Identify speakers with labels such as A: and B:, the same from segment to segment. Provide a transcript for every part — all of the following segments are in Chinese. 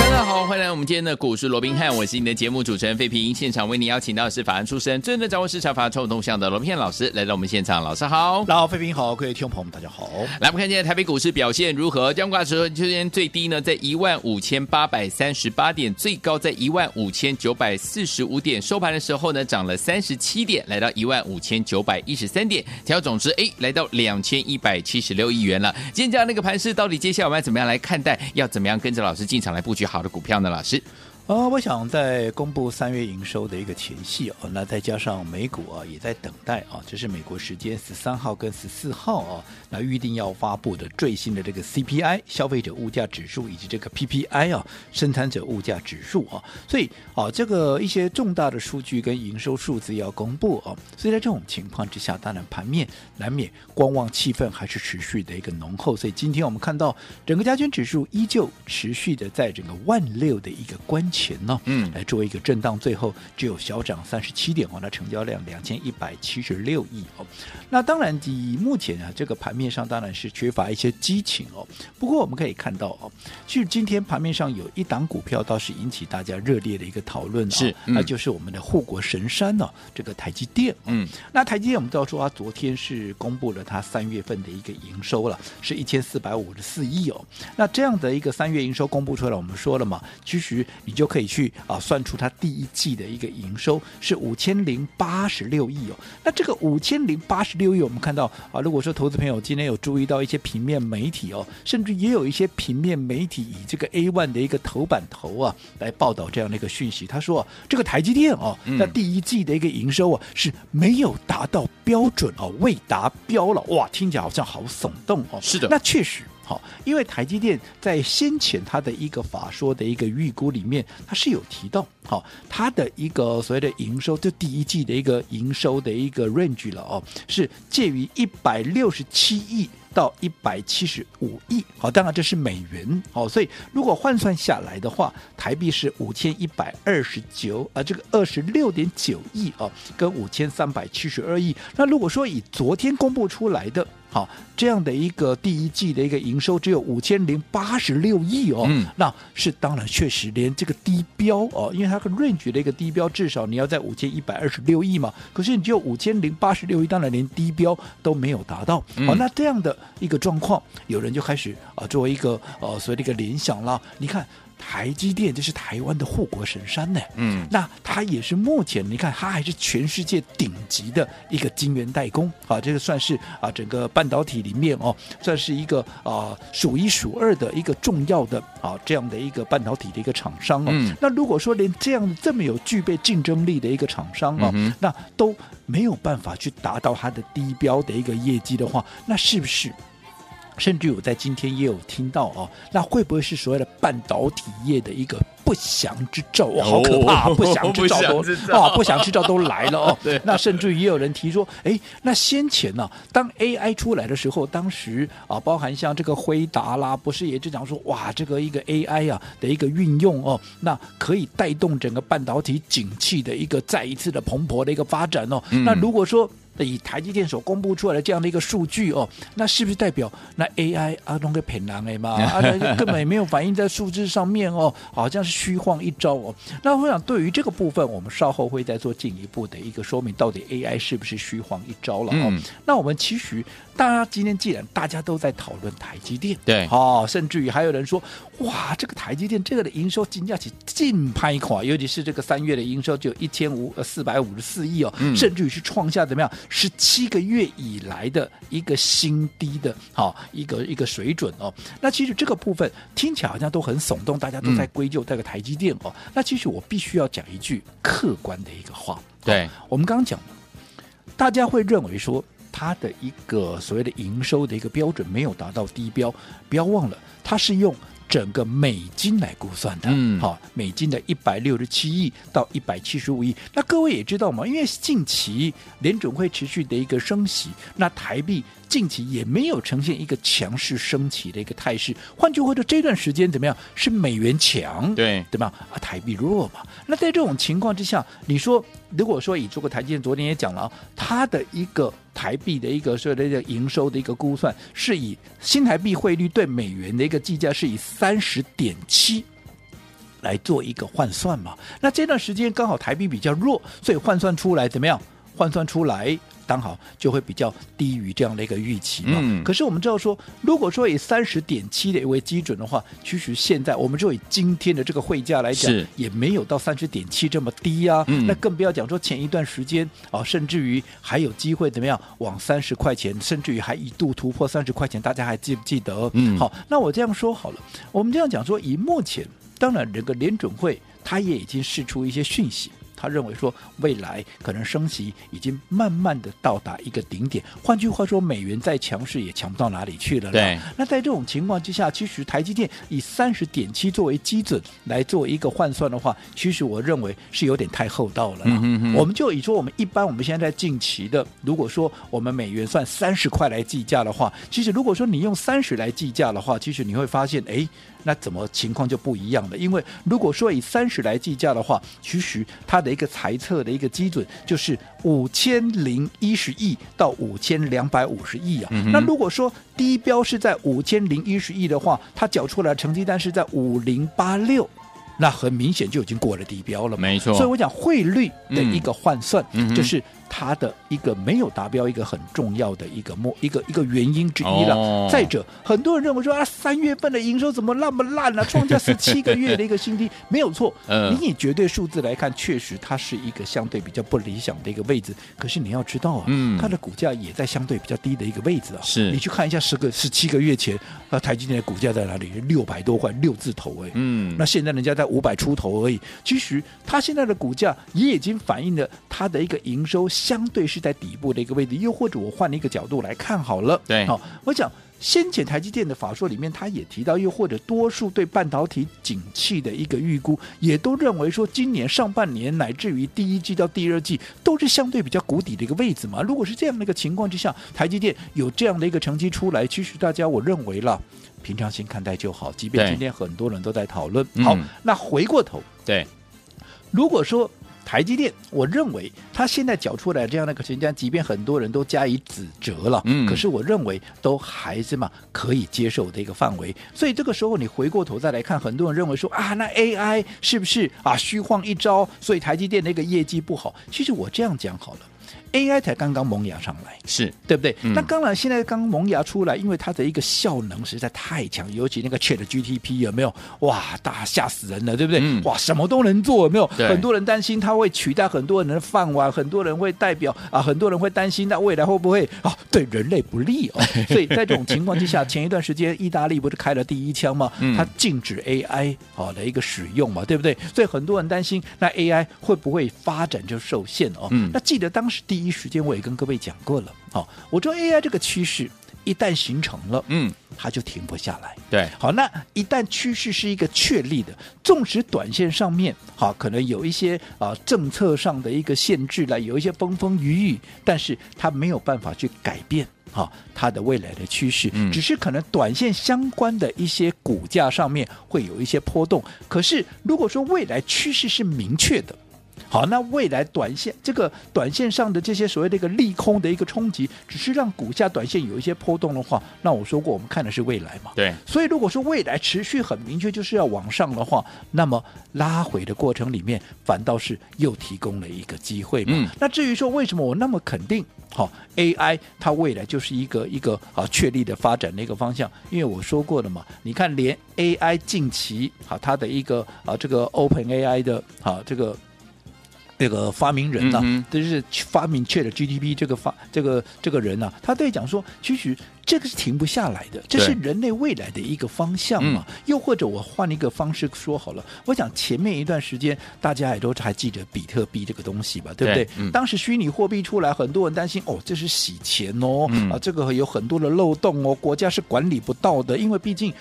A: 大家好，欢迎来我们今天的股市罗宾汉，我是你的节目主持人费平。现场为你邀请到的是法案出身、最能掌握市场法案臭动向的罗宾汉老师来到我们现场，老师好。
B: 老费平好，各位听众朋友们，大家好。
A: 来，我们看今天台北股市表现如何？将挂指数今天最低呢，在一万五千八百三十八点，最高在一万五千九百四十五点，收盘的时候呢，涨了三十七点，来到一万五千九百一十三点，调总值哎，来到两千一百七十六亿元了。今天这样那个盘势，到底接下来我们要怎么样来看待？要怎么样跟着老师进场来布局好的股票呢？老师，
B: 呃，我想在公布三月营收的一个前夕哦，那再加上美股啊也在等待啊，这是美国时间十三号跟十四号啊，那预定要发布的最新的这个 CPI 消费者物价指数以及这个 PPI 啊生产者物价指数啊，所以啊这个一些重大的数据跟营收数字要公布啊，所以在这种情况之下，当然盘面难免观望气氛还是持续的一个浓厚，所以今天我们看到整个加权指数依旧持续的在整个万六的一个关前呢、
A: 嗯
B: 来做一个震荡，最后只有小涨三十七点哦，那成交量两千一百七十六亿哦。那当然，以目前啊这个盘面上当然是缺乏一些激情哦。不过我们可以看到哦，其实今天盘面上有一档股票倒是引起大家热烈的一个讨论哦，
A: 是嗯
B: 那就是我们的护国神山哦，这个台积电、哦。
A: 嗯，
B: 那台积电我们知道说，它啊昨天是公布了它三月份的一个营收了，是一千四百五十四亿哦。那这样的一个三月营收公布出来，我们说了嘛，其实你就可以去啊算出它第一季的一个营收是五千零八十六亿哦。那这个五千零八十六亿，我们看到啊，如果说投资朋友今天有注意到一些平面媒体哦，甚至也有一些平面媒体以这个 A one 的一个头版头啊来报道这样的一个讯息，他说、啊、这个台积电哦，
A: 嗯
B: 那第一季的一个营收啊是没有达到标准哦，未达标了，哇，听起来好像好耸动哦。
A: 是的
B: 那确实。好，因为台积电在先前它的一个法说的一个预估里面，它是有提到，好，它的一个所谓的营收，就第一季的一个营收的一个 range 了哦，是介于一百六十七亿到一百七十五亿，好，当然这是美元，好，所以如果换算下来的话，台币是五千一百二十九啊，这个二十六点九亿哦，跟五千三百七十二亿，那如果说以昨天公布出来的。好，这样的一个第一季的一个营收只有五千零八十六亿哦，
A: 嗯
B: 那是当然确实连这个低标哦，因为它个 range 的一个低标至少你要在五千一百二十六亿嘛，可是你只有五千零八十六亿，当然连低标都没有达到。
A: 嗯
B: 好，那这样的一个状况，有人就开始啊、作为一个呃所谓的一个联想啦，你看台积电这是台湾的护国神山呢，
A: 嗯
B: 那它也是目前你看，它还是全世界顶级的一个晶圆代工啊，这个算是啊整个半导体里面哦，算是一个啊数一数二的一个重要的啊这样的一个半导体的一个厂商哦。
A: 嗯
B: 那如果说连这样这么有具备竞争力的一个厂商哦，
A: 嗯哼
B: 那都没有办法去达到它的低标的一个业绩的话，那是不是甚至我在今天也有听到哦，那会不会是所谓的半导体业的一个不祥之兆？哦、好可怕、
A: 哦
B: 不祥之兆
A: 不祥
B: 都
A: 之兆
B: 哦，不祥之兆都来了哦
A: 对。
B: 那甚至也有人提说，哎，那先前呢、当 AI 出来的时候，当时啊，包含像这个辉达啦，不是也就讲说，哇，这个一个 AI 啊的一个运用哦，那可以带动整个半导体景气的一个再一次的蓬勃的一个发展哦。
A: 嗯
B: 那如果说以台积电所公布出来的这样的一个数据哦，那是不是代表那 AI 啊弄个骗人的嘛？啊，那根本也没有反映在数字上面哦，好像是虚晃一招哦。那我想对于这个部分，我们稍后会再做进一步的一个说明，到底 AI 是不是虚晃一招了哦？
A: 嗯
B: 那我们其实大家今天既然大家都在讨论台积电，
A: 对
B: 哦，甚至于还有人说，哇，这个台积电这个的营收金价起近拍垮，尤其是这个三月的营收就有一千五呃四百五十四亿哦，
A: 嗯
B: 甚至于是创下怎么样十七个月以来的一个新低的，好、一个一个水准哦。那其实这个部分听起来好像都很耸动，大家都在
A: 嗯
B: 归咎这个台积电哦。那其实我必须要讲一句客观的一个话，
A: 对，
B: 我们刚刚讲，大家会认为说它的一个所谓的营收的一个标准没有达到低标，不要忘了，它是用整个美金来估算的，
A: 嗯
B: 好，美金的一百六十七亿到一百七十五亿。那各位也知道嘛，因为近期联准会持续的一个升息，那台币近期也没有呈现一个强势升起的一个态势。换句话说，这段时间怎么样？是美元强，
A: 对
B: 对吧？啊，台币弱嘛。那在这种情况之下，你说如果说以这个台积电，昨天也讲了啊，它的一个台币的一个所谓的一个营收的一个估算，是以新台币汇率对美元的一个计价是以三十点七。来做一个换算嘛。那这段时间刚好台币比较弱，所以换算出来怎么样？换算出来。刚好就会比较低于这样的一个预期嘛。
A: 嗯
B: 可是我们知道说，如果说以三十点七的为基准的话，其实现在我们就以今天的这个汇价来讲
A: 是，
B: 也没有到三十点七这么低啊。
A: 嗯
B: 那更不要讲说前一段时间啊，甚至于还有机会怎么样往三十块钱，甚至于还一度突破三十块钱，大家还记不记得？
A: 嗯
B: 好，那我这样说好了，我们这样讲说，以目前，当然整个联准会它也已经释出一些讯息。他认为说，未来可能升息已经慢慢的到达一个顶点。换句话说，美元再强势也强不到哪里去了啦。
A: 对
B: 那在这种情况之下，其实台积电以三十点七作为基准来做一个换算的话，其实我认为是有点太厚道了啦。
A: 嗯哼哼
B: 我们就以说我们一般我们现在在近期的，如果说我们美元算三十块来计价的话，其实如果说你用三十来计价的话，其实你会发现，哎，那怎么情况就不一样了？因为如果说以三十来计价的话，其实它的一个猜测的一个基准就是五千零一十亿到五千两百五十亿啊。
A: 嗯
B: 那如果说低标是在五千零一十亿的话，它缴出来的成绩单是在五零八六。那很明显就已经过了低标了嘛，
A: 没错
B: 所以我讲汇率的一个换算，
A: 嗯嗯哼
B: 就是它的一个没有达标一个很重要的一个目一个一个原因之一了。
A: 哦
B: 再者，很多人认为说啊，三月份的营收怎么那么 烂呢、创下十七个月的一个新低，没有错。
A: 嗯
B: 你以绝对数字来看，确实它是一个相对比较不理想的一个位置。可是你要知道啊，
A: 嗯
B: 它的股价也在相对比较低的一个位置啊。
A: 是
B: 你去看一下十个十七个月前，啊，台积电的股价在哪里？六百多块，六字头哎、
A: 嗯
B: 那现在人家在五百出头而已。其实它现在的股价也已经反映了它的一个营收相对是在底部的一个位置。又或者我换了一个角度来看好了，
A: 对
B: 好、我讲。先前台积电的法说里面，他也提到，又或者多数对半导体景气的一个预估，也都认为说，今年上半年乃至于第一季到第二季都是相对比较谷底的一个位置嘛。如果是这样的一个情况之下，台积电有这样的一个成绩出来，其实大家我认为啦，平常心看待就好。即便
A: 对
B: 今天很多人都在讨论，
A: 嗯
B: 好，那回过头，
A: 对，
B: 如果说台积电，我认为它现在缴出来这样的一个成绩单，即便很多人都加以指责了，
A: 嗯
B: 可是我认为都还是嘛可以接受的一个范围。所以这个时候你回过头再来看，很多人认为说啊，那 AI 是不是啊虚晃一招，所以台积电的一个业绩不好？其实我这样讲好了，AI 才刚刚萌芽上来。
A: 是，
B: 对不对？
A: 嗯
B: 那当然，现在刚萌芽出来，因为它的一个效能实在太强，尤其那个 Chat GTP 有没有？哇，大吓死人了，对不对？
A: 嗯
B: 哇，什么都能做，有没有？
A: 对
B: 很多人担心它会取代很多人的饭碗，很多人会代表啊，很多人会担心那未来会不会啊对人类不利 哦？所以在这种情况之下，前一段时间意大利不是开了第一枪吗？
A: 嗯
B: 它禁止 AI 好的一个使用嘛，对不对？所以很多人担心那 AI 会不会发展就受限哦？
A: 嗯
B: 那记得当时第一时间我也跟各位讲过了，好、我说 AI 这个趋势一旦形成了，
A: 嗯，
B: 它就停不下来。
A: 对，
B: 好，那一旦趋势是一个确立的，纵使短线上面好可能有一些啊、政策上的一个限制啦，有一些风风雨雨，但是它没有办法去改变。好、它的未来的趋势，
A: 嗯
B: 只是可能短线相关的一些股价上面会有一些波动。可是，如果说未来趋势是明确的，好，那未来短线这个短线上的这些所谓的一个利空的一个冲击，只是让股价短线有一些波动的话，那我说过，我们看的是未来嘛。
A: 对，
B: 所以如果说未来持续很明确就是要往上的话，那么拉回的过程里面，反倒是又提供了一个机会嘛。
A: 嗯
B: 那至于说为什么我那么肯定，好、AI 它未来就是一个一个啊确立的发展的一个方向，因为我说过了嘛，你看连 AI 近期啊它的一个啊这个 Open AI 的啊这个。这个发明人呐、
A: 嗯
B: 就是发明 Chat GTP 这个发这个这个人呐、他对讲说，其实这个是停不下来的，这
A: 对嗯
B: 是人类未来的一个方向嘛。又或者我换一个方式说好了，我想前面一段时间大家也都还记得比特币这个东西吧，对不
A: 对
B: 对？
A: 嗯
B: 当时虚拟货币出来，很多人担心哦，这是洗钱哦，
A: 嗯
B: 啊，这个有很多的漏洞哦，国家是管理不到的，因为毕竟。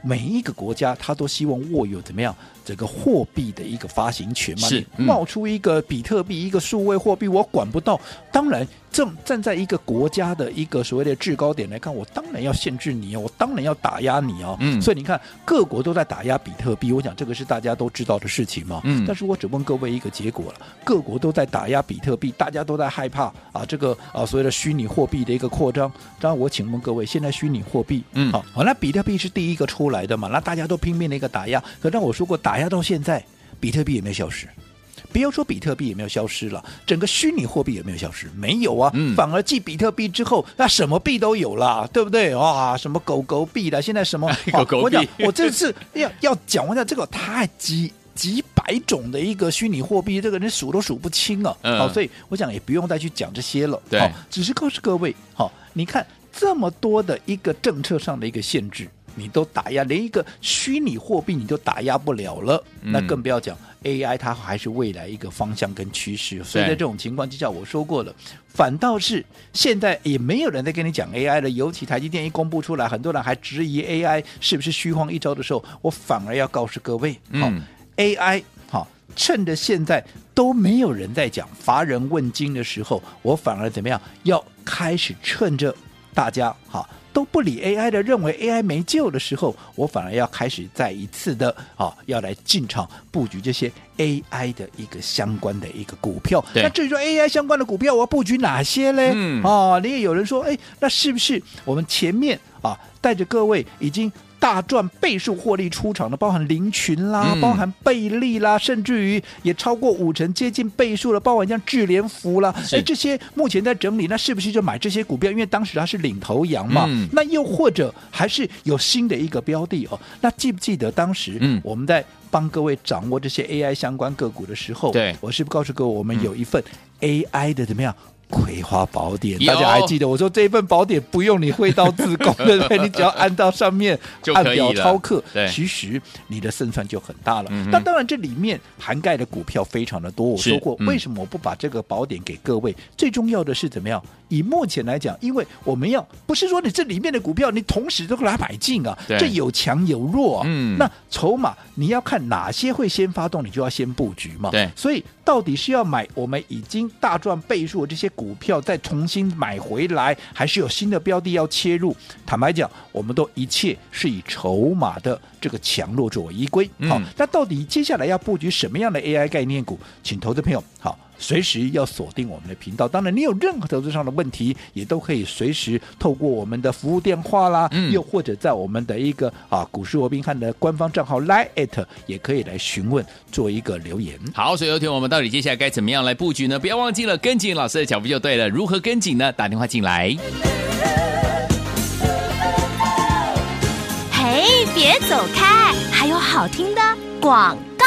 B: 每一个国家它都希望握有怎么样整个货币的一个发行权嘛。
A: 是
B: 你
A: 嗯
B: 冒出一个比特币、一个数位货币，我管不到。当然，站站在一个国家的一个所谓的制高点来看，我当然要限制你哦，我当然要打压你哦。
A: 嗯
B: 所以你看，各国都在打压比特币，我想这个是大家都知道的事情嘛。
A: 嗯
B: 但是我只问各位一个结果了，各国都在打压比特币，大家都在害怕啊，这个啊所谓的虚拟货币的一个扩张。当然，我请问各位，现在虚拟货币，
A: 嗯
B: 好、好，那比特币是第一个出来的嘛，那大家都拼命的一个打压。可让我说过，打压到现在，比特币也没有消失。不要说比特币有没有消失了，整个虚拟货币有没有消失？没有啊，
A: 嗯
B: 反而继比特币之后，那什么币都有啦，对不对？哇，什么狗狗币啦，现在什么、
A: 狗狗币
B: 我讲，我这次 要要讲一下这个太极。几百种的一个虚拟货币，这个人数都数不清啊！好、
A: 嗯
B: 所以我想也不用再去讲这些了。
A: 对
B: 好只是告诉各位，好、你看这么多的一个政策上的一个限制，你都打压，连一个虚拟货币你都打压不了了，
A: 嗯
B: 那更不要讲 AI，它还是未来一个方向跟趋势。所以在这种情况之下，我说过了，反倒是现在也没有人在跟你讲 AI 了。尤其台积电一公布出来，很多人还质疑 AI 是不是虚晃一招的时候，我反而要告诉各位，
A: 嗯
B: 好 AI 好、趁着现在都没有人在讲乏人问津的时候，我反而怎么样？要开始趁着大家好、都不理 AI 的，认为 AI 没救的时候，我反而要开始再一次的啊、要来进场布局这些 AI 的一个相关的一个股票。
A: 对
B: 那至于说 AI 相关的股票，我要布局哪些嘞？
A: 嗯
B: 哦，你也有人说，哎，那是不是我们前面啊带着各位已经大赚倍数获利出场的，包含林群啦，
A: 嗯
B: 包含贝利啦，甚至于也超过五成接近倍数了，包含像智联福啦，
A: 是
B: 哎，这些目前在整理，那是不是就买这些股票？因为当时它是领头羊嘛。
A: 嗯
B: 那又或者还是有新的一个标的哦。那记不记得当时
A: 嗯
B: 我们在帮各位掌握这些 AI 相关个股的时候，
A: 对嗯
B: 我是不是告诉各位我们有一份 AI 的怎么样？葵花宝典，
A: 有
B: 大家还记得？我说这一份宝典不用你会刀自 宫，对不对？你只要按照上面
A: 就可
B: 按
A: 以
B: 表
A: 了
B: 操课
A: 对，
B: 其实你的胜算就很大了
A: 嗯哼。
B: 那当然，这里面涵盖的股票非常的多。我
A: 是
B: 说过，
A: 嗯
B: 为什么我不把这个宝典给各位？最重要的是怎么样？以目前来讲，因为我们要不是说你这里面的股票你同时都给它买进啊，
A: 对
B: 这有强有弱啊。
A: 嗯
B: 那筹码你要看哪些会先发动，你就要先布局嘛。
A: 对
B: 所以到底是要买我们已经大赚倍数的这些股票，再重新买回来，还是有新的标的要切入？坦白讲，我们都一切是以筹码的这个强弱作为依归。
A: 嗯
B: 好，那到底接下来要布局什么样的 AI 概念股？请投资朋友好。随时要锁定我们的频道，当然你有任何投资上的问题，也都可以随时透过我们的服务电话啦，
A: 嗯
B: 又或者在我们的一个啊股市罗宾汉的官方账号 Line at 也可以来询问，做一个留言。
A: 好，所以有听我们到底接下来该怎么样来布局呢？不要忘记了跟紧老师的脚步就对了。如何跟紧呢？打电话进来。
C: 嘿，别走开，还有好听的广告。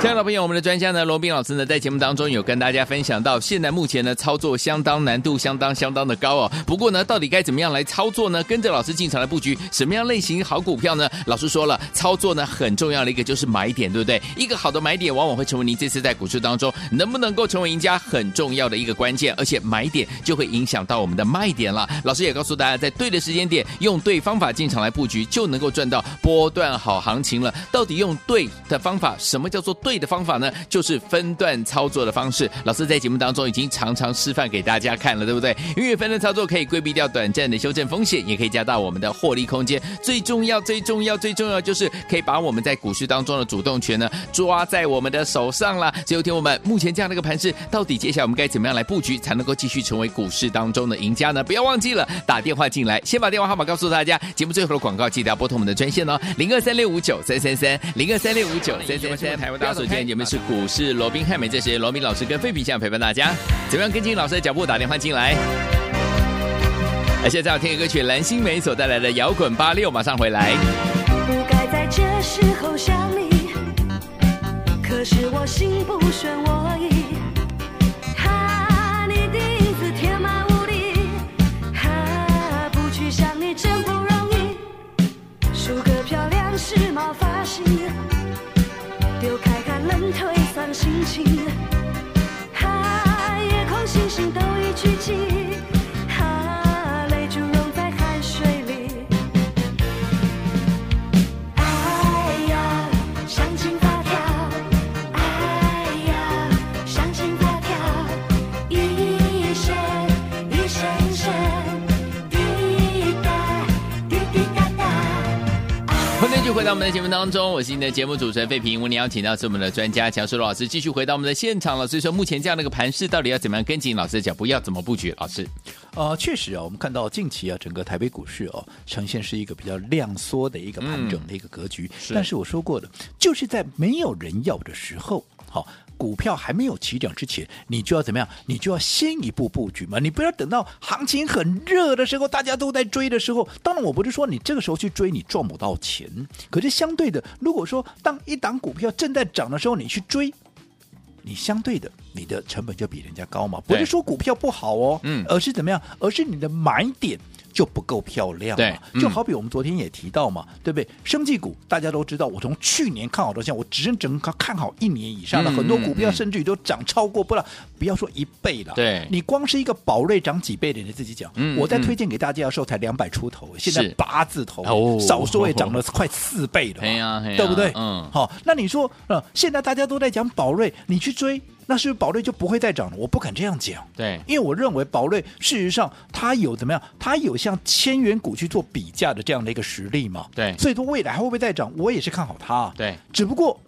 A: 亲爱的朋友我们的专家呢，罗斌老师呢，在节目当中有跟大家分享到，现在目前呢操作相当难度相当相当的高哦。不过呢，到底该怎么样来操作呢？跟着老师进场来布局，什么样类型好股票呢？老师说了，操作呢很重要的一个就是买点，对不对？一个好的买点往往会成为您这次在股市当中能不能够成为赢家很重要的一个关键，而且买点就会影响到我们的卖点了。老师也告诉大家，在对的时间点用对方法进场来布局，就能够赚到波段好行情了。到底用对的方法，什么叫做对的方法呢？就是分段操作的方式。老师在节目当中已经常常示范给大家看了，对不对？因为分段操作可以规避掉短暂的修正风险，也可以加大我们的获利空间。最重要、最重要、最重要就是可以把我们在股市当中的主动权呢抓在我们的手上啦。所以，听我们目前这样的一个盘势，到底接下来我们该怎么样来布局，才能够继续成为股市当中的赢家呢？不要忘记了打电话进来，先把电话号码告诉大家。节目最后的广告记得要拨通我们的专线哦，零二三六五九三三三，零二三六五九三三三。台湾大家所今天节目是股市罗宾汉美，这时罗宾老师跟费皮酱陪伴大家，怎么样跟进老师的脚步打电话进来？而现在要听的歌曲蓝心湄所带来的摇滚八六，马上回来。
D: 不该在这时候想你，可是我心不选我意。哈，你的影子天马无力，哈，不去想你真不容易。梳个漂亮时髦发型，丢开寒冷推算心情。哈，夜空星星都已聚集，哈，泪珠融在汗水里。哎哎
A: 回到我们的节目当中，我是你的节目主持人费平。我们邀请到是我们的专家强叔罗老师，继续回到我们的现场了。所以说，目前这样的一个盘势，到底要怎么样跟紧老师的脚步，要怎么布局？老师，
B: 呃，确实啊，我们看到近期啊，整个台北股市哦，呈现是一个比较量缩的一个盘整的一个格局。
A: 嗯是
B: 但是我说过的，就是在没有人要的时候，好、股票还没有起涨之前，你就要怎么样？你就要先一步布局嘛，你不要等到行情很热的时候，大家都在追的时候。当然，我不是说你这个时候去追，你赚不到钱。可是相对的，如果说当一档股票正在涨的时候，你去追，你相对的，你的成本就比人家高嘛。不
A: 对
B: 是说股票不好哦，
A: 嗯
B: 而是怎么样？而是你的买点就不够漂亮
A: 对
B: 嘛。
A: 嗯
B: 就好比我们昨天也提到嘛，对不对？生技股大家都知道，我从去年看好到现在，我只整整看好一年以上了，
A: 嗯
B: 很多
A: 嗯
B: 股票
A: 嗯
B: 甚至于都涨超过不了，不要说一倍了。
A: 对
B: 你光是一个宝瑞涨几倍的，你自己讲。
A: 嗯
B: 我在
A: 嗯
B: 推荐给大家的时候才两百出头，现在
A: 是
B: 八字头，
A: 哦
B: 少说也涨了快四倍了嘛。
A: 嘿呀嘿呀
B: 对不对？
A: 嗯
B: 好，那你说，呃，现在大家都在讲宝瑞，你去追，那是不是宝瑞就不会再涨了？我不敢这样讲。
A: 对
B: 因为我认为宝瑞事实上它有怎么样？它有像千元股去做比价的这样的一个实力嘛？
A: 对
B: 所以说未来还会不会再涨？我也是看好它、
A: 对，
B: 只不过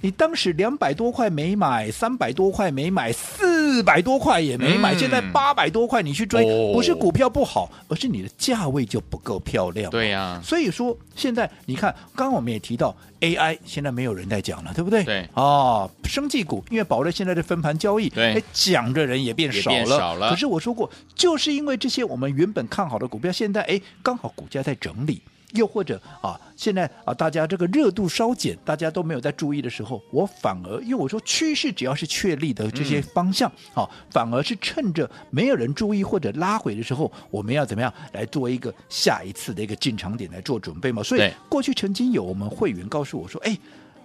B: 你当时两百多块没买，三百多块没买，四百多块也没买，
A: 嗯
B: 现在八百多块你去追，
A: 哦
B: 不是股票不好，而是你的价位就不够漂亮。
A: 对呀、
B: 所以说，现在你看，刚刚我们也提到 AI，现在没有人在讲了，对不对？
A: 对
B: 哦，生技股，因为宝瑞现在的分盘交易，
A: 对
B: 哎，讲的人也变少
A: 也
B: 了。
A: 变少了
B: 可是我说过，就是因为这些我们原本看好的股票，现在哎，刚好股价在整理。又或者啊，现在啊，大家这个热度稍减，大家都没有在注意的时候，我反而因为我说趋势只要是确立的这些方向，好、反而是趁着没有人注意或者拉回的时候，我们要怎么样来做一个下一次的一个进场点来做准备嘛？所以
A: 对
B: 过去曾经有我们会员告诉我说，哎。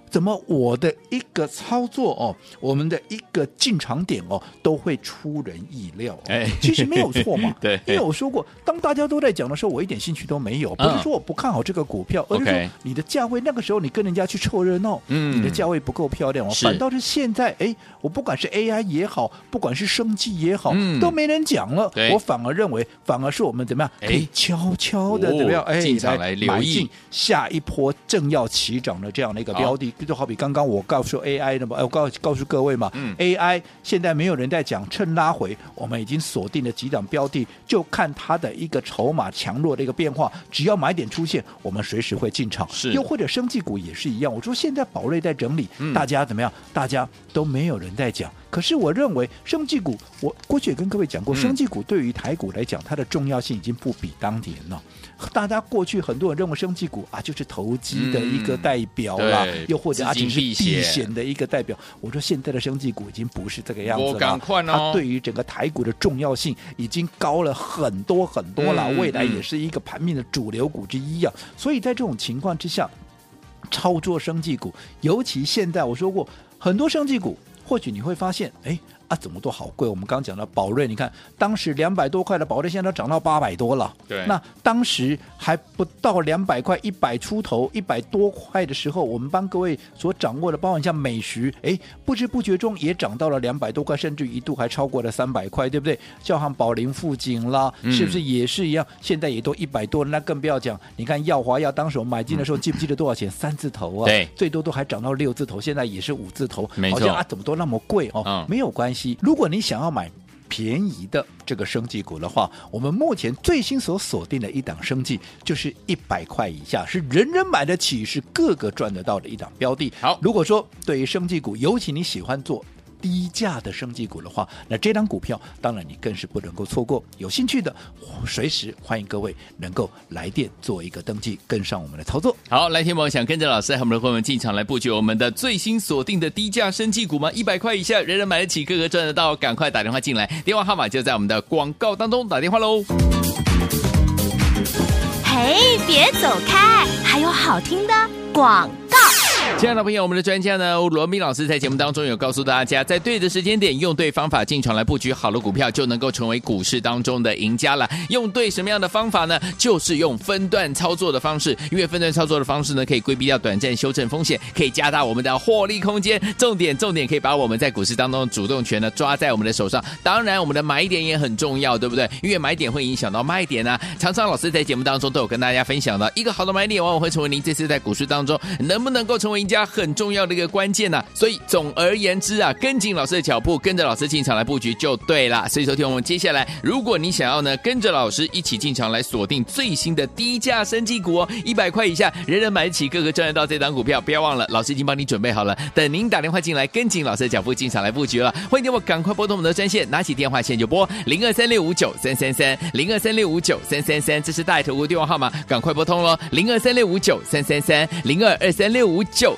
B: 怎么我的一个操作哦，我们的一个进场点哦，都会出人意料、哦。
A: 哎，
B: 其实没有错嘛
A: 对
B: 因为我说过，当大家都在讲的时候，我一点兴趣都没有。不
A: 嗯
B: 是说我不看好这个股票，而是
A: OK
B: 说你的价位那个时候你跟人家去凑热闹，
A: 嗯
B: 你的价位不够漂亮哦。
A: 是
B: 反倒是现在，哎，我不管是 AI 也好，不管是生机也好，
A: 嗯
B: 都没人讲了
A: 对。
B: 我反而认为，反而是我们怎么样，
A: 哎
B: 可以悄悄的
A: 哦
B: 怎么样，哎，
A: 进场来留
B: 买
A: 意
B: 进下一波正要起涨的这样的一个
A: 好
B: 标的，就好比刚刚我告诉 AI 的嘛，哎，我告告诉各位嘛、
A: 嗯
B: a i 现在没有人在讲，趁拉回，我们已经锁定了几档标的，就看它的一个筹码强弱的一个变化，只要买点出现，我们随时会进场。
A: 是
B: 又或者生技股也是一样，我说现在宝瑞在整理，
A: 嗯
B: 大家怎么样？大家都没有人在讲。可是我认为生技股，我过去也跟各位讲过，
A: 嗯
B: 生技股对于台股来讲，它的重要性已经不比当年了。大家过去很多人认为生技股啊，就是投机的一个
A: 嗯
B: 代表啦，
A: 对
B: 又或者啊，
A: 资金
B: 只是
A: 避
B: 避
A: 险
B: 险的一个代表。我说现在的生技股已经不是这个样
A: 我
B: 子
A: 赶
B: 了，
A: 快哦
B: 它对于整个台股的重要性已经高了很多很多了，
A: 嗯
B: 未来
A: 嗯
B: 也是一个盘面的主流股之一啊。所以在这种情况之下，操作生技股，尤其现在我说过很多生技股，或许你会发现，哎。啊，怎么都好贵！我们刚讲到宝瑞，你看当时两百多块的宝瑞，现在都涨到八百多了。
A: 对
B: 那当时还不到两百块，一百出头，一百多块的时候，我们帮各位所掌握的，包含像美食，哎，不知不觉中也涨到了两百多块，甚至一度还超过了三百块，对不对？叫上宝林富锦啦，
A: 嗯
B: 是不是也是一样？现在也都一百多了，那更不要讲。你看耀华耀当时我们买进的时候，记不记得多少钱？三字头啊，
A: 嗯对
B: 最多都还涨到六字头，现在也是五字头，
A: 没
B: 好
A: 错
B: 像啊，怎么都那么贵哦？
A: 嗯
B: 没有关系，如果你想要买。便宜的这个生技股的话，我们目前最新所锁定的一档生技就是一百块以下，是人人买得起，是个个赚得到的一档标的。
A: 好
B: 如果说对于生技股，尤其你喜欢做。低价的生技股的话，那这档股票当然你更是不能够错过。有兴趣的，随时欢迎各位能够来电做一个登记，跟上我们的操作。
A: 好，来天宝想跟着老师和我们的伙伴们进场来布局我们的最新锁定的低价生技股吗？一百块以下，人人买得起，个个赚得到，赶快打电话进来，电话号码就在我们的广告当中，打电话喽。
C: 嘿，别走开，还有好听的广告。
A: 亲爱的朋友我们的专家呢，罗斌老师在节目当中有告诉大家，在对的时间点，用对方法进场来布局好的股票，就能够成为股市当中的赢家了。用对什么样的方法呢？就是用分段操作的方式，因为分段操作的方式呢，可以规避掉短暂修正风险，可以加大我们的获利空间。重点重点，可以把我们在股市当中的主动权呢抓在我们的手上。当然，我们的买点也很重要，对不对？因为买点会影响到卖点啊。常常老师在节目当中都有跟大家分享到，一个好的买点往往会成为您这次在股市当中能不能够成为赢家很重要的一个关键呐、啊所以总而言之啊，跟紧老师的脚步，跟着老师进场来布局就对了。所以昨天我们接下来，如果你想要呢跟着老师一起进场来锁定最新的低价升绩股哦，一百块以下人人买得起，个个赚得到这档股票，不要忘了，老师已经帮你准备好了，等您打电话进来跟紧老师的脚步进场来布局了。欢迎我赶快拨通我们的专线，拿起电话线就拨零二三六五九三三三零二三六五九三三三，这是大爱投顾电话号码，赶快拨通喽，零二三六五九三三三零二二三六五九